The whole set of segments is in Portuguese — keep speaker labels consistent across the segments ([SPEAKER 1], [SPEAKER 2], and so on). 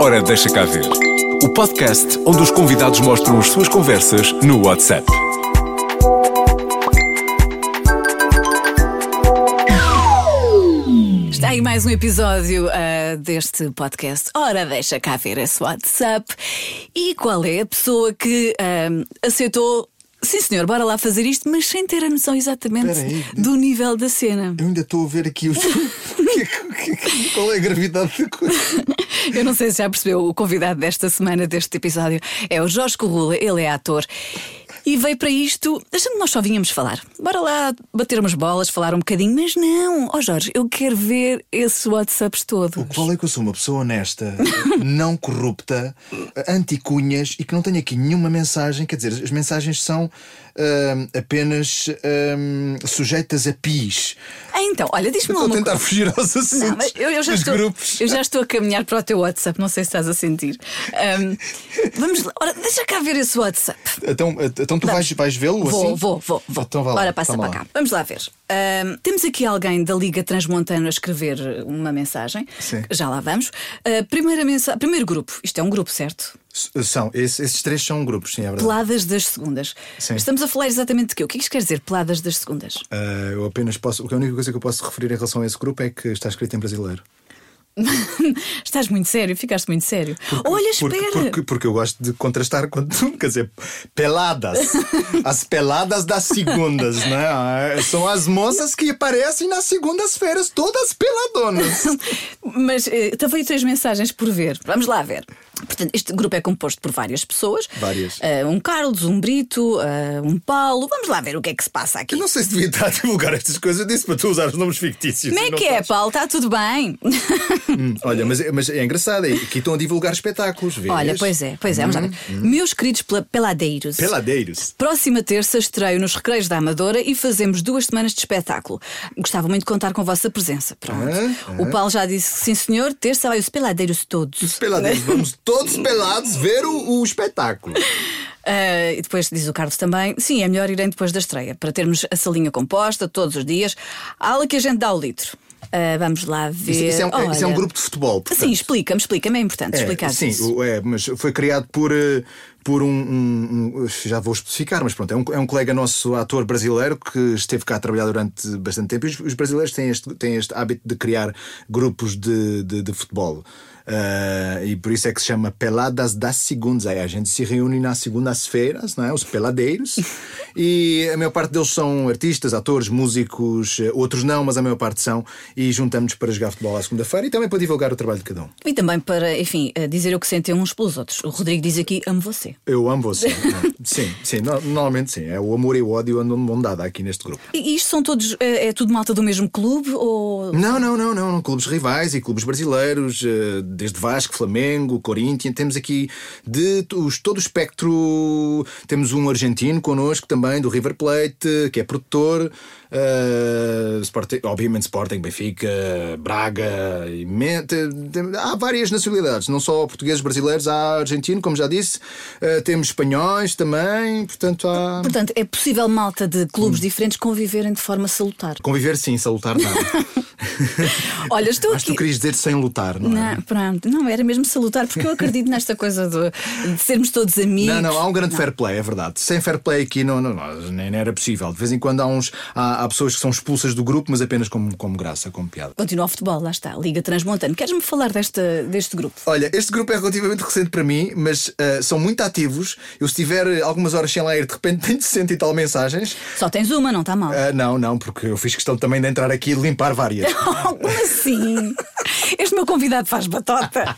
[SPEAKER 1] Ora, deixa cá ver. O podcast onde os convidados mostram as suas conversas no WhatsApp.
[SPEAKER 2] Está aí mais um episódio ah, deste podcast. Ora, deixa cá ver esse WhatsApp. E qual é a pessoa que ah, aceitou? Sim, senhor, bora lá fazer isto, mas sem ter a noção exatamente
[SPEAKER 3] Espera aí.
[SPEAKER 2] do nível da cena.
[SPEAKER 3] Eu ainda estou a ver aqui os. que- que- que- Qual é a gravidade da coisa?
[SPEAKER 2] Eu não sei se já percebeu, o convidado desta semana, deste episódio, é o Jorge Corrula, ele é ator. E veio para isto, achando que nós só vínhamos falar. Bora lá bater umas bolas, falar um bocadinho, mas não, ó Jorge, eu quero ver esses WhatsApps todos.
[SPEAKER 3] O que vale é que eu sou uma pessoa honesta, não corrupta, anti-cunhas e que não tenho aqui nenhuma mensagem. Quer dizer, as mensagens são ahm, apenas ahm, sujeitas a pis.
[SPEAKER 2] Ah, então, olha, diz-me lá
[SPEAKER 3] Estou a
[SPEAKER 2] uma
[SPEAKER 3] tentar
[SPEAKER 2] coisa.
[SPEAKER 3] fugir aos
[SPEAKER 2] Ah,
[SPEAKER 3] assuntos
[SPEAKER 2] mas eu, eu já
[SPEAKER 3] dos
[SPEAKER 2] estou,
[SPEAKER 3] grupos.
[SPEAKER 2] eu já estou a caminhar para o teu WhatsApp, não sei se estás a sentir. Ahm, vamos lá, ora, deixa cá ver esse WhatsApp.
[SPEAKER 3] Então, então tu vais, vais vê-lo
[SPEAKER 2] Vou,
[SPEAKER 3] assim?
[SPEAKER 2] vou, vou, vou.
[SPEAKER 3] Então vá lá,
[SPEAKER 2] Ora, passa
[SPEAKER 3] toma
[SPEAKER 2] para
[SPEAKER 3] lá.
[SPEAKER 2] cá. Vamos lá ver. Ahm, temos aqui alguém da Liga Transmontana a escrever eh, uma mensagem.
[SPEAKER 3] Sim.
[SPEAKER 2] Já lá vamos. Ah, primeira mensa... Primeiro grupo. Isto é um grupo, certo?
[SPEAKER 3] S- eh, São, esses, esses três são grupos, sim, é verdade.
[SPEAKER 2] Peladas das segundas.
[SPEAKER 3] Sim.
[SPEAKER 2] Estamos a falar exatamente de quê? O que é que isto quer dizer, peladas das segundas?
[SPEAKER 3] Ah, eu apenas posso. A única coisa que eu posso referir em relação a esse grupo é que está escrito em brasileiro.
[SPEAKER 2] Estás muito sério, ficaste muito sério. Olha, espera!
[SPEAKER 3] Porque, porque, porque eu gosto de contrastar com tu, quer dizer, peladas. As peladas das segundas, né? Ah, São as moças que aparecem nas segundas-feiras, todas peladonas.
[SPEAKER 2] Mas eh, também tens mensagens por ver. Vamos lá ver. Portanto, este grupo é composto por várias pessoas.
[SPEAKER 3] Várias.
[SPEAKER 2] Eh, um Carlos, um Brito, eh, um Paulo. Vamos lá ver o que é que se passa aqui.
[SPEAKER 3] Eu não sei se devia estar a divulgar estas coisas, eu disse para tu usar os nomes fictícios.
[SPEAKER 2] Como é
[SPEAKER 3] e não
[SPEAKER 2] que é,
[SPEAKER 3] fazes.
[SPEAKER 2] Paulo? Está tudo bem?
[SPEAKER 3] Hum, Olha, mas, é- mas é engraçado, é que estão a divulgar espetáculos, vês?
[SPEAKER 2] Olha, pois é, pois é, vamos lá ver. Meus queridos pela- peladeiros.
[SPEAKER 3] Uhum, Peladeiros.
[SPEAKER 2] Próxima terça estreio nos Recreios da Amadora e fazemos duas semanas de espetáculo. Gostava muito de contar com a vossa presença. Pronto.
[SPEAKER 3] Ah,
[SPEAKER 2] O Paulo já disse que sim, senhor. Terça vai os peladeiros todos.
[SPEAKER 3] Peladeiros, vamos todos pelados ver o, o espetáculo.
[SPEAKER 2] Ah, e depois diz o Carlos também: sim, é melhor irem depois da estreia, para termos a salinha composta todos os dias. A aula que a gente dá o litro. Ah, vamos lá ver.
[SPEAKER 3] Isso, isso é, um, isso é um
[SPEAKER 2] Olha.
[SPEAKER 3] grupo de futebol. portanto.
[SPEAKER 2] Sim, explica-me, explica-me. É importante
[SPEAKER 3] É,
[SPEAKER 2] explicar
[SPEAKER 3] sim,
[SPEAKER 2] isso.
[SPEAKER 3] o- é, mas foi criado por, eh, por um, um- um- Já vou especificar, mas pronto, é um, é um colega nosso ator brasileiro que esteve cá a trabalhar durante bastante tempo. E os, os brasileiros têm este, têm este hábito de criar grupos de, de, de futebol. Ah, e por isso é que se chama Peladas das Segundas. Aí a gente se reúne nas segundas-feiras, não é? os peladeiros, e a maior parte deles são artistas, atores, músicos, eh, outros não, mas a maior parte são. E juntamos-nos para jogar futebol à segunda-feira e também para divulgar o trabalho de cada um.
[SPEAKER 2] E também para, enfim, eh, dizer o que sentem uns pelos outros. O Rodrigo diz aqui: amo você.
[SPEAKER 3] Eu amo você. é? sim, sim, no- normalmente sim. É o amor e o ódio andam de mão dada aqui neste grupo.
[SPEAKER 2] E isto são todos. eh, É, tudo malta do mesmo clube? Ou.
[SPEAKER 3] Não, não, não, não. Clubes rivais e clubes brasileiros, eh, desde Vasco, Flamengo, Corinthians. Temos aqui de t- os- todo o espectro. Temos um argentino connosco também, do River Plate, eh, que é produtor. eh, Sporting- obviamente Sporting, Benfica, Braga. e me- te- te- Há várias nacionalidades, não só portugueses, brasileiros, há argentino, como já disse. eh, temos espanhóis também, portanto há.
[SPEAKER 2] Portanto, é possível malta de
[SPEAKER 3] Hum.
[SPEAKER 2] clubes diferentes conviverem de forma salutar.
[SPEAKER 3] Conviver sim, sem lutar não.
[SPEAKER 2] Olha, estou
[SPEAKER 3] Mas tu
[SPEAKER 2] aqui.
[SPEAKER 3] querias dizer sem lutar, não é?
[SPEAKER 2] Não, pronto, não, era mesmo salutar, porque eu acredito nesta coisa de, de sermos todos amigos.
[SPEAKER 3] Não, não, há um grande fair play, é verdade. Sem fair play aqui não, não, não, nem nem era possível. De vez em quando há, uns, há, há pessoas que são expulsas do grupo, mas apenas como, como graça, como piada.
[SPEAKER 2] Continua o futebol, lá está, Liga Transmontana. Queres-me falar desta, deste grupo?
[SPEAKER 3] Olha, este grupo é relativamente recente para mim, mas ah, são muito ativos. Eu, se tiver eh, algumas horas sem lá ir, de repente tenho 60 e tal mensagens.
[SPEAKER 2] Só tens uma, não está mal.
[SPEAKER 3] Ah, não, não, porque eu fiz questão também de entrar aqui e de limpar várias.
[SPEAKER 2] Como assim? Este meu convidado faz batota.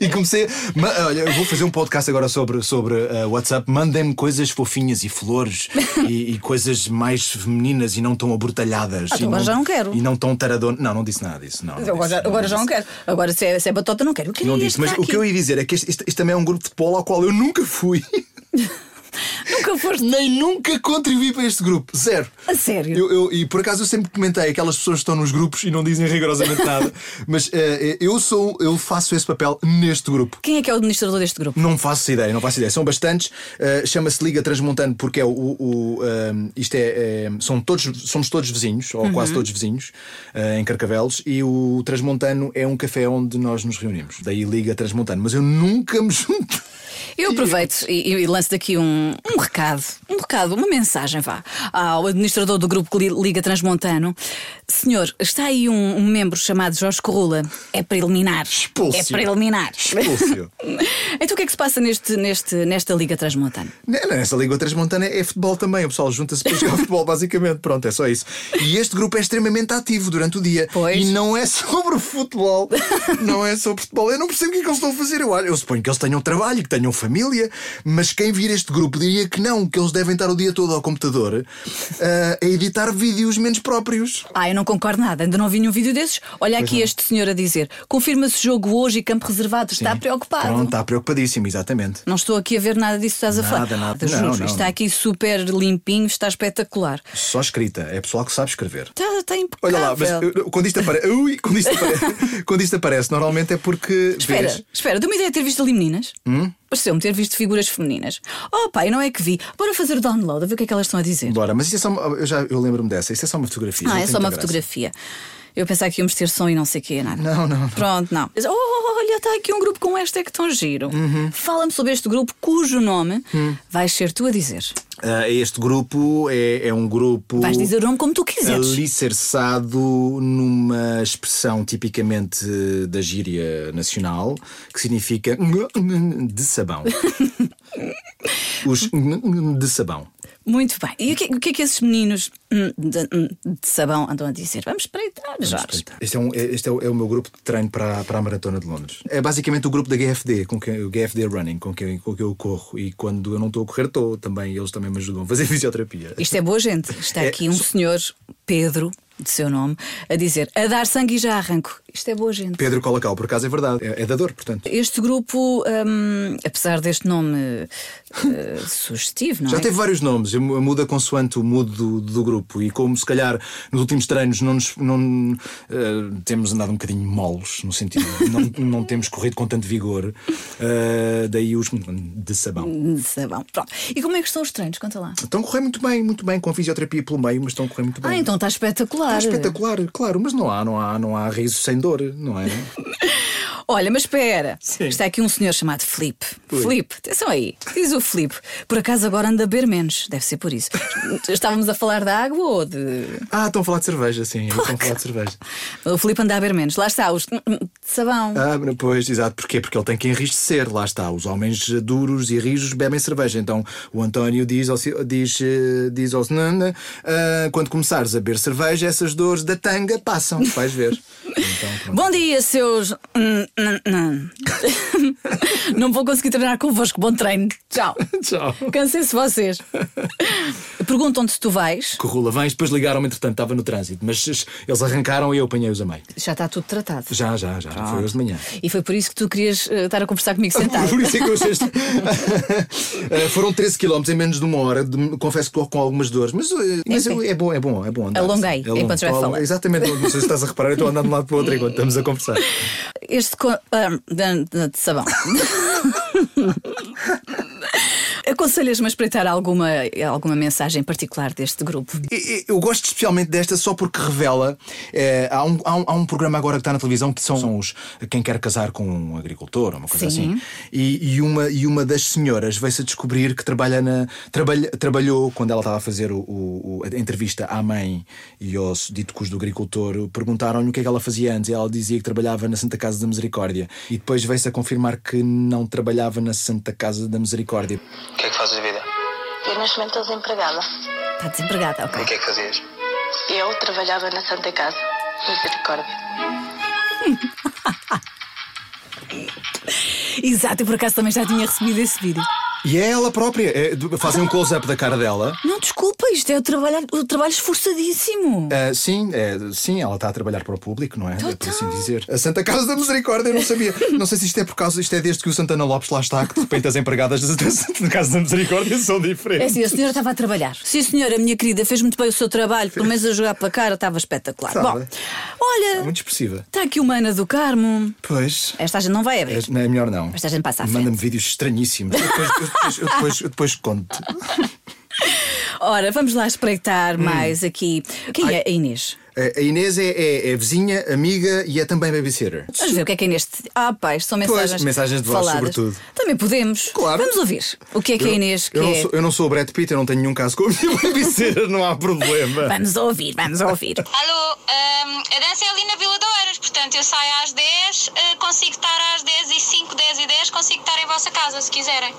[SPEAKER 3] e comecei. ma- olha, eu vou fazer um podcast agora sobre, sobre ah, WhatsApp. Mandem-me coisas fofinhas e flores e, e coisas mais femininas e não tão abortalhadas.
[SPEAKER 2] Ah,
[SPEAKER 3] e
[SPEAKER 2] então agora já não quero.
[SPEAKER 3] E não tão taradona. Não, não disse nada disso. Não, não disse,
[SPEAKER 2] Agora,
[SPEAKER 3] não
[SPEAKER 2] agora já não
[SPEAKER 3] disse.
[SPEAKER 2] quero. Agora, se é, se é batota, não quero. Eu queria
[SPEAKER 3] Não disse,
[SPEAKER 2] este
[SPEAKER 3] mas
[SPEAKER 2] para
[SPEAKER 3] o que eu
[SPEAKER 2] aqui.
[SPEAKER 3] ia dizer é que este, este- este também é um grupo de futebol ao qual eu nunca fui.
[SPEAKER 2] Nunca nunca foste.
[SPEAKER 3] Nem nunca contribuí para este grupo. Zero.
[SPEAKER 2] A sério?
[SPEAKER 3] Eu- eu- e por acaso eu sempre comentei aquelas pessoas que estão nos grupos e não dizem rigorosamente nada. Mas eh, eu sou, eu faço esse papel neste grupo.
[SPEAKER 2] Quem é que é o administrador deste grupo?
[SPEAKER 3] Não faço ideia, não faço ideia. São bastantes. Eh, Chama-se Liga Transmontano porque é o. o- o, ehm, isto é. ehm, são todos, somos todos vizinhos, ou quase todos vizinhos, eh, em Carcavelos. E o Transmontano é um café onde nós nos reunimos. Daí Liga Transmontano. Mas eu nunca me junto.
[SPEAKER 2] Eu aproveito e, e lanço daqui um, um recado, um recado, uma mensagem vá, ao administrador do grupo Li- Liga Transmontano. Senhor, está aí um, um membro chamado Jorge Corrula. É preliminar.
[SPEAKER 3] Expulse-o.
[SPEAKER 2] É preliminar.
[SPEAKER 3] Expulse-o.
[SPEAKER 2] então o que é que se passa neste, neste, nesta Liga Transmontano?
[SPEAKER 3] Não, não, Nessa Liga Transmontana é futebol também. O pessoal junta-se para jogar futebol, basicamente. Pronto, é só isso. E este grupo é extremamente ativo durante o dia.
[SPEAKER 2] Pois.
[SPEAKER 3] E não é sobre futebol. não é sobre futebol. Eu não percebo o que é que eles estão a fazer. Eu, acho- eu suponho que eles tenham trabalho, que tenham família. Mas quem vir este grupo diria que não, que eles devem estar o dia todo ao computador ah, a editar vídeos menos próprios.
[SPEAKER 2] Ah, eu não concordo nada, ainda não vi nenhum vídeo desses. Olha aqui este senhor a dizer: confirma-se jogo hoje e campo reservado, está
[SPEAKER 3] Sim.
[SPEAKER 2] preocupado.
[SPEAKER 3] Pronto, está preocupadíssimo, exatamente.
[SPEAKER 2] Não estou aqui a ver nada disso, estás a
[SPEAKER 3] Nada,
[SPEAKER 2] falar.
[SPEAKER 3] nada.
[SPEAKER 2] Juro,
[SPEAKER 3] Não, não.
[SPEAKER 2] Está aqui super limpinho, está espetacular.
[SPEAKER 3] Só escrita. É pessoal que sabe escrever.
[SPEAKER 2] Está, está impecável.
[SPEAKER 3] Olha lá, mas eh, eu- eu- quando isto aparece. Ui, quando isto aparece, quando isto aparece, normalmente é porque.
[SPEAKER 2] Espera,
[SPEAKER 3] vês- Hum?
[SPEAKER 2] espera, deu-me ideia de ter visto ali meninas. Pareceu-me ter visto figuras femininas. Oh, pai, não é que vi. Bora fazer o download, a ver o que é que elas estão a dizer.
[SPEAKER 3] Bora, mas isso é só uma, eu já eu lembro-me dessa. Isso é só uma fotografia.
[SPEAKER 2] ah,
[SPEAKER 3] não
[SPEAKER 2] é
[SPEAKER 3] tem
[SPEAKER 2] só uma
[SPEAKER 3] muita graça.
[SPEAKER 2] fotografia. Eu pensava que íamos ter som e não sei o quê, nada.
[SPEAKER 3] Não, não, não.
[SPEAKER 2] Pronto, não. Mas, Oh, olha, está aqui um grupo com esta que tão giro.
[SPEAKER 3] Uhum.
[SPEAKER 2] Fala-me sobre este grupo cujo nome
[SPEAKER 3] Hum.
[SPEAKER 2] vais ser tu a dizer.
[SPEAKER 3] Ah, este grupo é, é um grupo
[SPEAKER 2] Vais dizer o nome como tu quiseres.
[SPEAKER 3] alicerçado numa expressão tipicamente da gíria nacional que significa de sabão. Os de sabão.
[SPEAKER 2] Muito bem. E o que, o que é que esses meninos hum, de, hum, de sabão andam a dizer? Vamos espreitar, Jorge.
[SPEAKER 3] Este, é, um- é- este é o, é o meu grupo de treino para, a- para a Maratona de Londres. É basicamente o grupo da GFD, com quem, o GFD Running, com quem, com quem eu corro. E quando eu não estou a correr, estou também. Eles também me ajudam a fazer fisioterapia.
[SPEAKER 2] Isto é boa gente. Está
[SPEAKER 3] É,
[SPEAKER 2] aqui um
[SPEAKER 3] só-
[SPEAKER 2] senhor, Pedro, de seu nome, a dizer: a dar sangue e já arranco. Isto é boa gente.
[SPEAKER 3] Pedro Colacal, por acaso é verdade. É, é da dor, portanto.
[SPEAKER 2] Este grupo, hum, apesar deste nome eh, sugestivo, não
[SPEAKER 3] Já
[SPEAKER 2] é?
[SPEAKER 3] teve vários nomes, eu mu- muda consoante o mood do, do grupo. E como se calhar nos últimos treinos não nos- não, eh, temos andado um bocadinho moles, no sentido, de não, não temos corrido com tanto vigor, eh, daí os de sabão.
[SPEAKER 2] De sabão. Pronto. E como é que estão os treinos? Conta lá.
[SPEAKER 3] Estão a correr muito bem, muito bem, com a fisioterapia pelo meio, mas estão a correr muito bem.
[SPEAKER 2] Ah, então está espetacular.
[SPEAKER 3] É espetacular, claro, mas não há, não há, não há riso sem dor, não é?
[SPEAKER 2] Olha, mas espera.
[SPEAKER 3] Sim.
[SPEAKER 2] Está aqui um senhor chamado Filipe.
[SPEAKER 3] Ui.
[SPEAKER 2] Filipe, atenção aí. Diz o Filipe. Por acaso agora anda a beber menos. Deve ser por isso. Estávamos a falar da água ou de.
[SPEAKER 3] Ah, estão a falar de cerveja, sim, estão a falar de cerveja.
[SPEAKER 2] O Filipe anda a beber menos. Lá está, os de sabão.
[SPEAKER 3] Ah, pois, exato, porquê? Porque ele tem que enrijecer, lá está. Os homens duros e rijos bebem cerveja. Então o António diz ao, seu- diz, eh, diz ao Senana: ah, quando começares a beber cerveja, essas dores da tanga passam, vais ver. Então, pronto.
[SPEAKER 2] Bom dia, seus. hum, hum, hum. Não vou conseguir treinar convosco. Bom treino. Tchau.
[SPEAKER 3] Tchau.
[SPEAKER 2] Cansei-se vocês. Perguntam-te se tu vais.
[SPEAKER 3] Corrula, vens, depois ligaram-me, entretanto, estava no trânsito, mas eles arrancaram e eu apanhei-os a meio.
[SPEAKER 2] Já está tudo tratado.
[SPEAKER 3] Já, já, já, já foi hoje de manhã.
[SPEAKER 2] E foi por isso que tu querias eh, estar a conversar comigo sentado.
[SPEAKER 3] Por isso é que eu achei isto. Eh, Foram 13 km em menos de uma hora. De- Confesso que corro com algumas dores, mas, eh, mas eu- é bom, é bom, é bom. Andar,
[SPEAKER 2] Alonguei,
[SPEAKER 3] Alongo,
[SPEAKER 2] enquanto já
[SPEAKER 3] alongo.
[SPEAKER 2] fala.
[SPEAKER 3] Exatamente, não sei se estás a reparar, eu estou andando de um lado para o outro enquanto estamos a conversar.
[SPEAKER 2] Este. Co... ah, de, de- de sabão. Aconselhas-me a espreitar alguma, alguma mensagem particular deste grupo?
[SPEAKER 3] E- e- Eu gosto especialmente desta só porque revela. eh, há, um, há, um, há um programa agora que está na televisão que são, são os Quem Quer Casar com um Agricultor, ou uma coisa
[SPEAKER 2] Sim.
[SPEAKER 3] assim. E, e uma, e uma das senhoras veio-se a descobrir que trabalha na, trabalha, trabalhou quando ela estava a fazer o, o- o- a entrevista à mãe e aos ditos do agricultor. Perguntaram-lhe o que é que ela fazia antes. E ela dizia que trabalhava na Santa Casa da Misericórdia. E depois veio-se a confirmar que não trabalhava na Santa Casa da Misericórdia.
[SPEAKER 4] O que é que fazes da vida?
[SPEAKER 5] Eu neste momento estou desempregada.
[SPEAKER 2] Está desempregada,
[SPEAKER 4] O
[SPEAKER 2] ok.
[SPEAKER 4] que é que fazias?
[SPEAKER 5] Eu trabalhava na Santa Casa. Misericórdia.
[SPEAKER 2] Exato, eu por acaso também já tinha recebido esse vídeo.
[SPEAKER 3] E é ela própria. É, do- fazem um close-up da cara dela.
[SPEAKER 2] Não, desculpa, isto é o trabalho, o trabalho esforçadíssimo.
[SPEAKER 3] Ah, sim, é, sim, ela está a trabalhar para o público, não é? É por assim
[SPEAKER 2] Total.
[SPEAKER 3] dizer. A Santa Casa da Misericórdia, eu não sabia. não sei se isto é por causa, isto é desde que o Santana Lopes lá está, que de repente as empregadas da da Santa Casa da Misericórdia são
[SPEAKER 2] É
[SPEAKER 3] diferentes.
[SPEAKER 2] assim, a senhora estava a trabalhar. Sim, senhora, minha querida, fez muito bem o seu trabalho, pelo menos a jogar para a cara estava espetacular.
[SPEAKER 3] Estava.
[SPEAKER 2] Bom, olha,
[SPEAKER 3] Muito expressiva.
[SPEAKER 2] está aqui uma Ana do Carmo.
[SPEAKER 3] Pois.
[SPEAKER 2] Esta a gente não vai abrir.
[SPEAKER 3] É, não é melhor não.
[SPEAKER 2] Mas a gente passa à
[SPEAKER 3] Manda-me vídeos estranhíssimos. Eu depois, eu depois, eu depois, eu depois conto.
[SPEAKER 2] Ora, vamos lá
[SPEAKER 3] Hum.
[SPEAKER 2] espreitar mais aqui. Quem é a Inês?
[SPEAKER 3] A a Inês é, é- é vizinha, amiga e é também babysitter.
[SPEAKER 2] Vamos ver o que é que é neste. Ah, pá, isto são mensagens.
[SPEAKER 3] Pois, mensagens de voz,
[SPEAKER 2] faladas.
[SPEAKER 3] sobretudo.
[SPEAKER 2] Também podemos.
[SPEAKER 3] Claro.
[SPEAKER 2] Vamos ouvir o que é que a Inês
[SPEAKER 3] eu, eu,
[SPEAKER 2] quer.
[SPEAKER 3] não sou, eu não sou o Brad Pitt, eu não tenho nenhum caso com a minha babysitter, não há problema.
[SPEAKER 2] Vamos ouvir, vamos ouvir.
[SPEAKER 4] Alô, hum, a dança é ali na Vila de Oeiras, portanto eu saio às 10, eh, consigo estar às 10 e 5, 10 e 10, consigo estar em vossa casa se quiserem.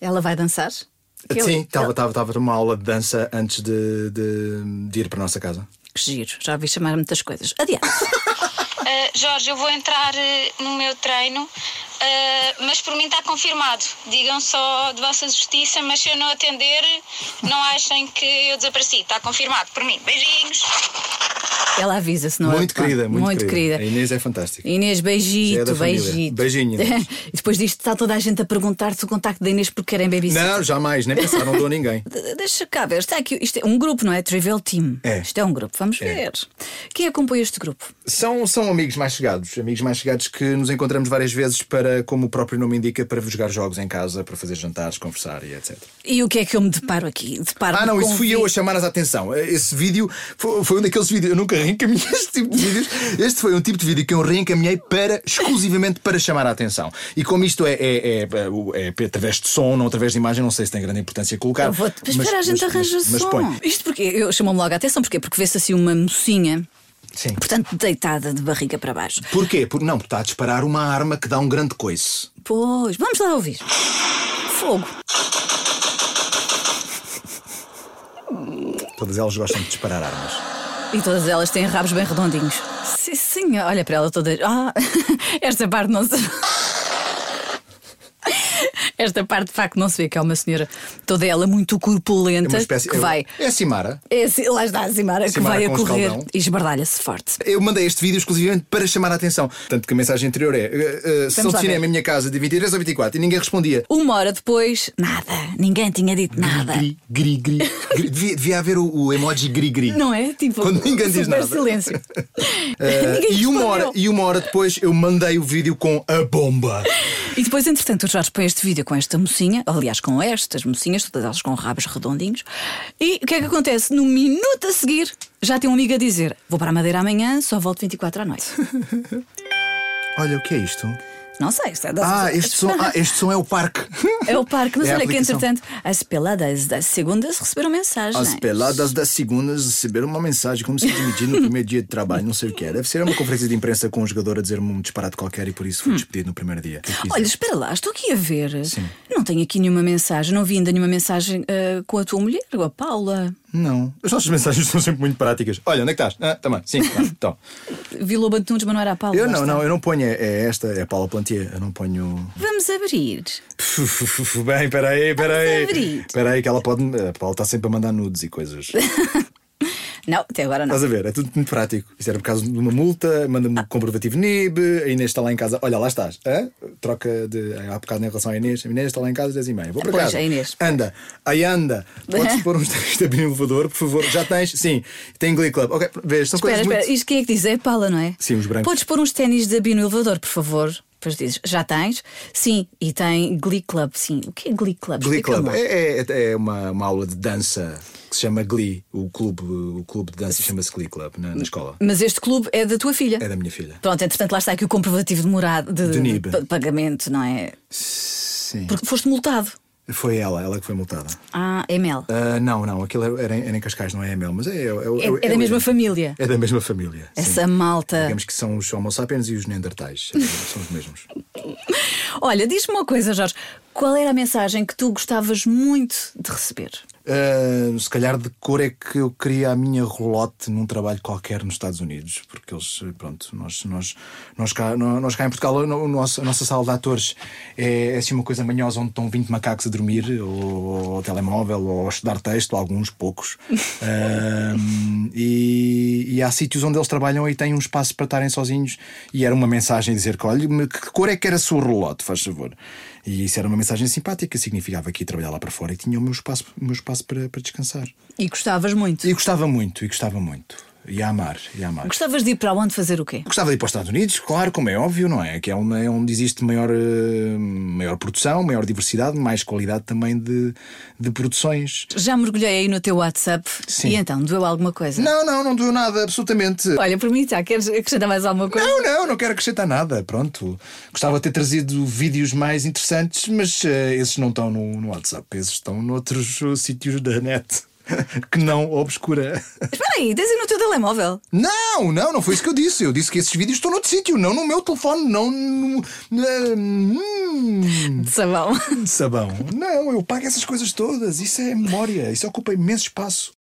[SPEAKER 2] Ela vai dançar?
[SPEAKER 3] Sim,
[SPEAKER 2] Ele-
[SPEAKER 3] estava estava- estava numa aula de dança antes de, de- de ir para a nossa casa.
[SPEAKER 2] Que giro, já ouvi chamar muitas coisas. Adiante.
[SPEAKER 4] Eh, Jorge, eu vou entrar eh, no meu treino, eh, mas por mim está confirmado. Digam só de vossa justiça, mas se eu não atender, não achem que eu desapareci. Está confirmado por mim. Beijinhos!
[SPEAKER 2] Ela avisa-se, não é?
[SPEAKER 3] muito querida, muito,
[SPEAKER 2] querida.
[SPEAKER 3] A Inês é fantástica.
[SPEAKER 2] Inês,
[SPEAKER 3] Já
[SPEAKER 2] beijito,
[SPEAKER 3] é da família.
[SPEAKER 2] beijito.
[SPEAKER 3] Beijinho, Inês.
[SPEAKER 2] e depois disto está toda a gente a perguntar-te o contacto da Inês porque querem babysitter.
[SPEAKER 3] Não, jamais, nem pensar, não dou a ninguém.
[SPEAKER 2] De- Deixa cá ver, está aqui, isto é um grupo, não é? Trivial Team.
[SPEAKER 3] É.
[SPEAKER 2] Isto é um grupo, vamos ver. Quem é que compõe este grupo?
[SPEAKER 3] São, são amigos mais chegados, amigos mais chegados que nos encontramos várias vezes para, como o próprio nome indica, para jogar jogos em casa, para fazer jantares, conversar e etc.
[SPEAKER 2] E o que é que eu me deparo aqui? Deparo
[SPEAKER 3] Ah, não, isso fui eu a chamar a atenção. Esse vídeo foi, foi um daqueles vídeos. Eu nunca reencaminhei este tipo de vídeos. Este foi um tipo de vídeo que eu reencaminhei para, exclusivamente para chamar a atenção. E como isto é, é, é- o- é através de som, não através de imagem, não sei se tem grande importância colocar.
[SPEAKER 2] Eu vou mas espera, a gente arranja
[SPEAKER 3] mas, mas
[SPEAKER 2] som.
[SPEAKER 3] põe.
[SPEAKER 2] Isto porque eu chamou-me logo a atenção, porque porque vê-se assim uma mocinha,
[SPEAKER 3] Sim.
[SPEAKER 2] portanto, deitada de barriga para baixo.
[SPEAKER 3] Porquê? Porque, não, porque está a disparar uma arma que dá um grande coice.
[SPEAKER 2] Pois, vamos lá ouvir. Fogo.
[SPEAKER 3] Todas elas gostam de disparar armas. É
[SPEAKER 2] E todas elas têm rabos bem redondinhos. Sim, sim, olha para ela toda. Ah, esta parte não se. Esta parte de facto não se vê que é uma senhora toda ela muito
[SPEAKER 3] É uma
[SPEAKER 2] corpulenta
[SPEAKER 3] espécie.
[SPEAKER 2] Então, que
[SPEAKER 3] é-
[SPEAKER 2] vai.
[SPEAKER 3] É a Simara.
[SPEAKER 2] É, assim, lá está a Simara,
[SPEAKER 3] Simara
[SPEAKER 2] que vai
[SPEAKER 3] com
[SPEAKER 2] a correr
[SPEAKER 3] escaldão.
[SPEAKER 2] e esbardalha-se forte.
[SPEAKER 3] Eu mandei este vídeo exclusivamente para chamar a atenção. Tanto que a mensagem anterior é: eh, eh, sessão
[SPEAKER 2] lá
[SPEAKER 3] de cinema
[SPEAKER 2] ver.
[SPEAKER 3] em minha casa de 23 a 24 e ninguém respondia.
[SPEAKER 2] Uma hora depois, nada. Ninguém tinha dito nada.
[SPEAKER 3] Gri, gri, gri. gri. Devia, devia haver o, o emoji gri, gri.
[SPEAKER 2] Não é? Tipo,
[SPEAKER 3] Quando ninguém diz
[SPEAKER 2] super
[SPEAKER 3] nada.
[SPEAKER 2] silêncio.
[SPEAKER 3] Eh,
[SPEAKER 2] Ninguém
[SPEAKER 3] e, uma hora,
[SPEAKER 2] respondeu.
[SPEAKER 3] e uma hora depois eu mandei o vídeo com a bomba.
[SPEAKER 2] E depois, entretanto, o Jorge põe este vídeo com esta mocinha, aliás, com estas mocinhas, todas elas com rabos redondinhos. E o que é que acontece? No minuto a seguir, já tem um amigo a dizer: Vou para a Madeira amanhã, só volto 24 à noite.
[SPEAKER 3] Olha, o que é isto?
[SPEAKER 2] Não sei, isto é da-
[SPEAKER 3] Ah, este som, ah, este som é o parque.
[SPEAKER 2] É o parque, mas
[SPEAKER 3] É a
[SPEAKER 2] olha que
[SPEAKER 3] aplicação.
[SPEAKER 2] entretanto, as peladas das segundas receberam mensagem.
[SPEAKER 3] As peladas das segundas receberam uma mensagem como se dividir no primeiro dia de trabalho, não sei o que é. Deve ser uma conferência de imprensa com um jogador a dizer-me um disparate qualquer e por isso fui despedido no primeiro dia.
[SPEAKER 2] Hum.
[SPEAKER 3] é
[SPEAKER 2] Olha, espera lá, estou aqui a ver. Não tenho aqui nenhuma mensagem, não vi ainda nenhuma mensagem ah, com a tua mulher, com a Paula.
[SPEAKER 3] Não. As nossas mensagens são sempre muito práticas. Olha, onde é que estás? Ah, também. Sim, claro. Então.
[SPEAKER 2] Vi Lobo de Tunes, mas não era a Paula.
[SPEAKER 3] Eu
[SPEAKER 2] lá
[SPEAKER 3] não,
[SPEAKER 2] está.
[SPEAKER 3] não, eu não ponho. É, é esta, é a Paula Plantier. Eu não ponho.
[SPEAKER 2] Vamos abrir.
[SPEAKER 3] Bem, peraí,
[SPEAKER 2] Vamos
[SPEAKER 3] peraí.
[SPEAKER 2] abrir.
[SPEAKER 3] Espera aí, que ela pode. A Paula está sempre a mandar nudes e coisas.
[SPEAKER 2] Não, até agora não.
[SPEAKER 3] Estás a ver? É tudo muito prático. Isso era por causa de uma multa, manda-me o comprovativo NIB, a Inês está lá em casa. Olha, lá estás. Hã? Troca de. Há bocado em relação à Inês. A Inês está lá em casa às 10 e meia. Vou para
[SPEAKER 2] Pois,
[SPEAKER 3] casa.
[SPEAKER 2] a Inês.
[SPEAKER 3] Anda. Aí anda. Podes pôr uns textos a abrir um elevador, por favor. Já tens? Sim. Tem Glee Club. Ok, vês, são
[SPEAKER 2] Espera,
[SPEAKER 3] coisas
[SPEAKER 2] espera,
[SPEAKER 3] muito.
[SPEAKER 2] isto quem é que diz? É a Paula, não é?
[SPEAKER 3] Sim, os brancos.
[SPEAKER 2] Podes pôr uns ténis de Abi no elevador, por favor? Depois dizes, já tens? Sim, e tem Glee Club, sim. O que é Glee Club?
[SPEAKER 3] Glee
[SPEAKER 2] Explica-me
[SPEAKER 3] Club
[SPEAKER 2] lá.
[SPEAKER 3] é, é- é uma, uma aula de dança que se chama Glee. O clube, o clube de dança chama-se Glee Club na, na escola.
[SPEAKER 2] Mas este clube é da tua filha.
[SPEAKER 3] É da minha filha.
[SPEAKER 2] Pronto, entretanto, lá está aqui o comprovativo de morada, de,
[SPEAKER 3] De NIB.
[SPEAKER 2] pa- pagamento, não é?
[SPEAKER 3] Sim.
[SPEAKER 2] Porque foste multado.
[SPEAKER 3] Foi ela, ela que foi multada.
[SPEAKER 2] Ah, é Mel.
[SPEAKER 3] Ah, não, não, aquilo era, era em- era em Cascais, não é Emel, mas é. É,
[SPEAKER 2] É- é da mesma família.
[SPEAKER 3] É da mesma família. sim.
[SPEAKER 2] Essa é malta.
[SPEAKER 3] Digamos que são os Homo sapiens e os Neandertais. é, são os mesmos.
[SPEAKER 2] Olha, diz-me uma coisa, Jorge. Qual era a mensagem que tu gostavas muito de receber?
[SPEAKER 3] Ah, se calhar de cor é que eu queria a minha relote num trabalho qualquer nos Estados Unidos, porque eles, pronto, nós, nós, nós, cá, nó- nós cá em Portugal, o no- o nosso- a nossa sala de atores é, é assim uma coisa manhosa onde estão 20 macacos a dormir, ou, ao telemóvel, ou a estudar texto, alguns, poucos. Ah, e, e há sítios onde eles trabalham e têm um espaço para estarem sozinhos, e era uma mensagem dizer que, olha, me- que cor é que era a sua relote, faz favor. E isso era uma mensagem simpática, significava que ia trabalhar lá para fora e tinha o meu espaço, o meu espaço para, para descansar.
[SPEAKER 2] E gostavas muito.
[SPEAKER 3] E gostava muito, e gostava muito. E a amar, e a amar.
[SPEAKER 2] Gostavas de ir para onde fazer o quê?
[SPEAKER 3] Gostava de ir para os Estados Unidos, claro, como é óbvio, não é? Que é, uma, é onde existe maior, eh, maior produção, maior diversidade, mais qualidade também de, de produções.
[SPEAKER 2] Já mergulhei aí no teu WhatsApp
[SPEAKER 3] Sim.
[SPEAKER 2] e então doeu alguma coisa?
[SPEAKER 3] Não, não, não doeu nada, absolutamente.
[SPEAKER 2] Olha, por mim já queres acrescentar mais alguma coisa?
[SPEAKER 3] Não, não, não quero acrescentar nada, pronto. Gostava de ter trazido vídeos mais interessantes, mas eh, esses não estão no, no WhatsApp, esses estão noutros eh, sítios da net que não obscura.
[SPEAKER 2] Espera aí, tens aí no teu telemóvel.
[SPEAKER 3] Não, não, não foi isso que eu disse. Eu disse que esses vídeos estão noutro sítio, não no meu telefone, não no. na- hum,
[SPEAKER 2] De sabão.
[SPEAKER 3] sabão. Não, eu pago essas coisas todas. Isso é memória, isso ocupa imenso espaço.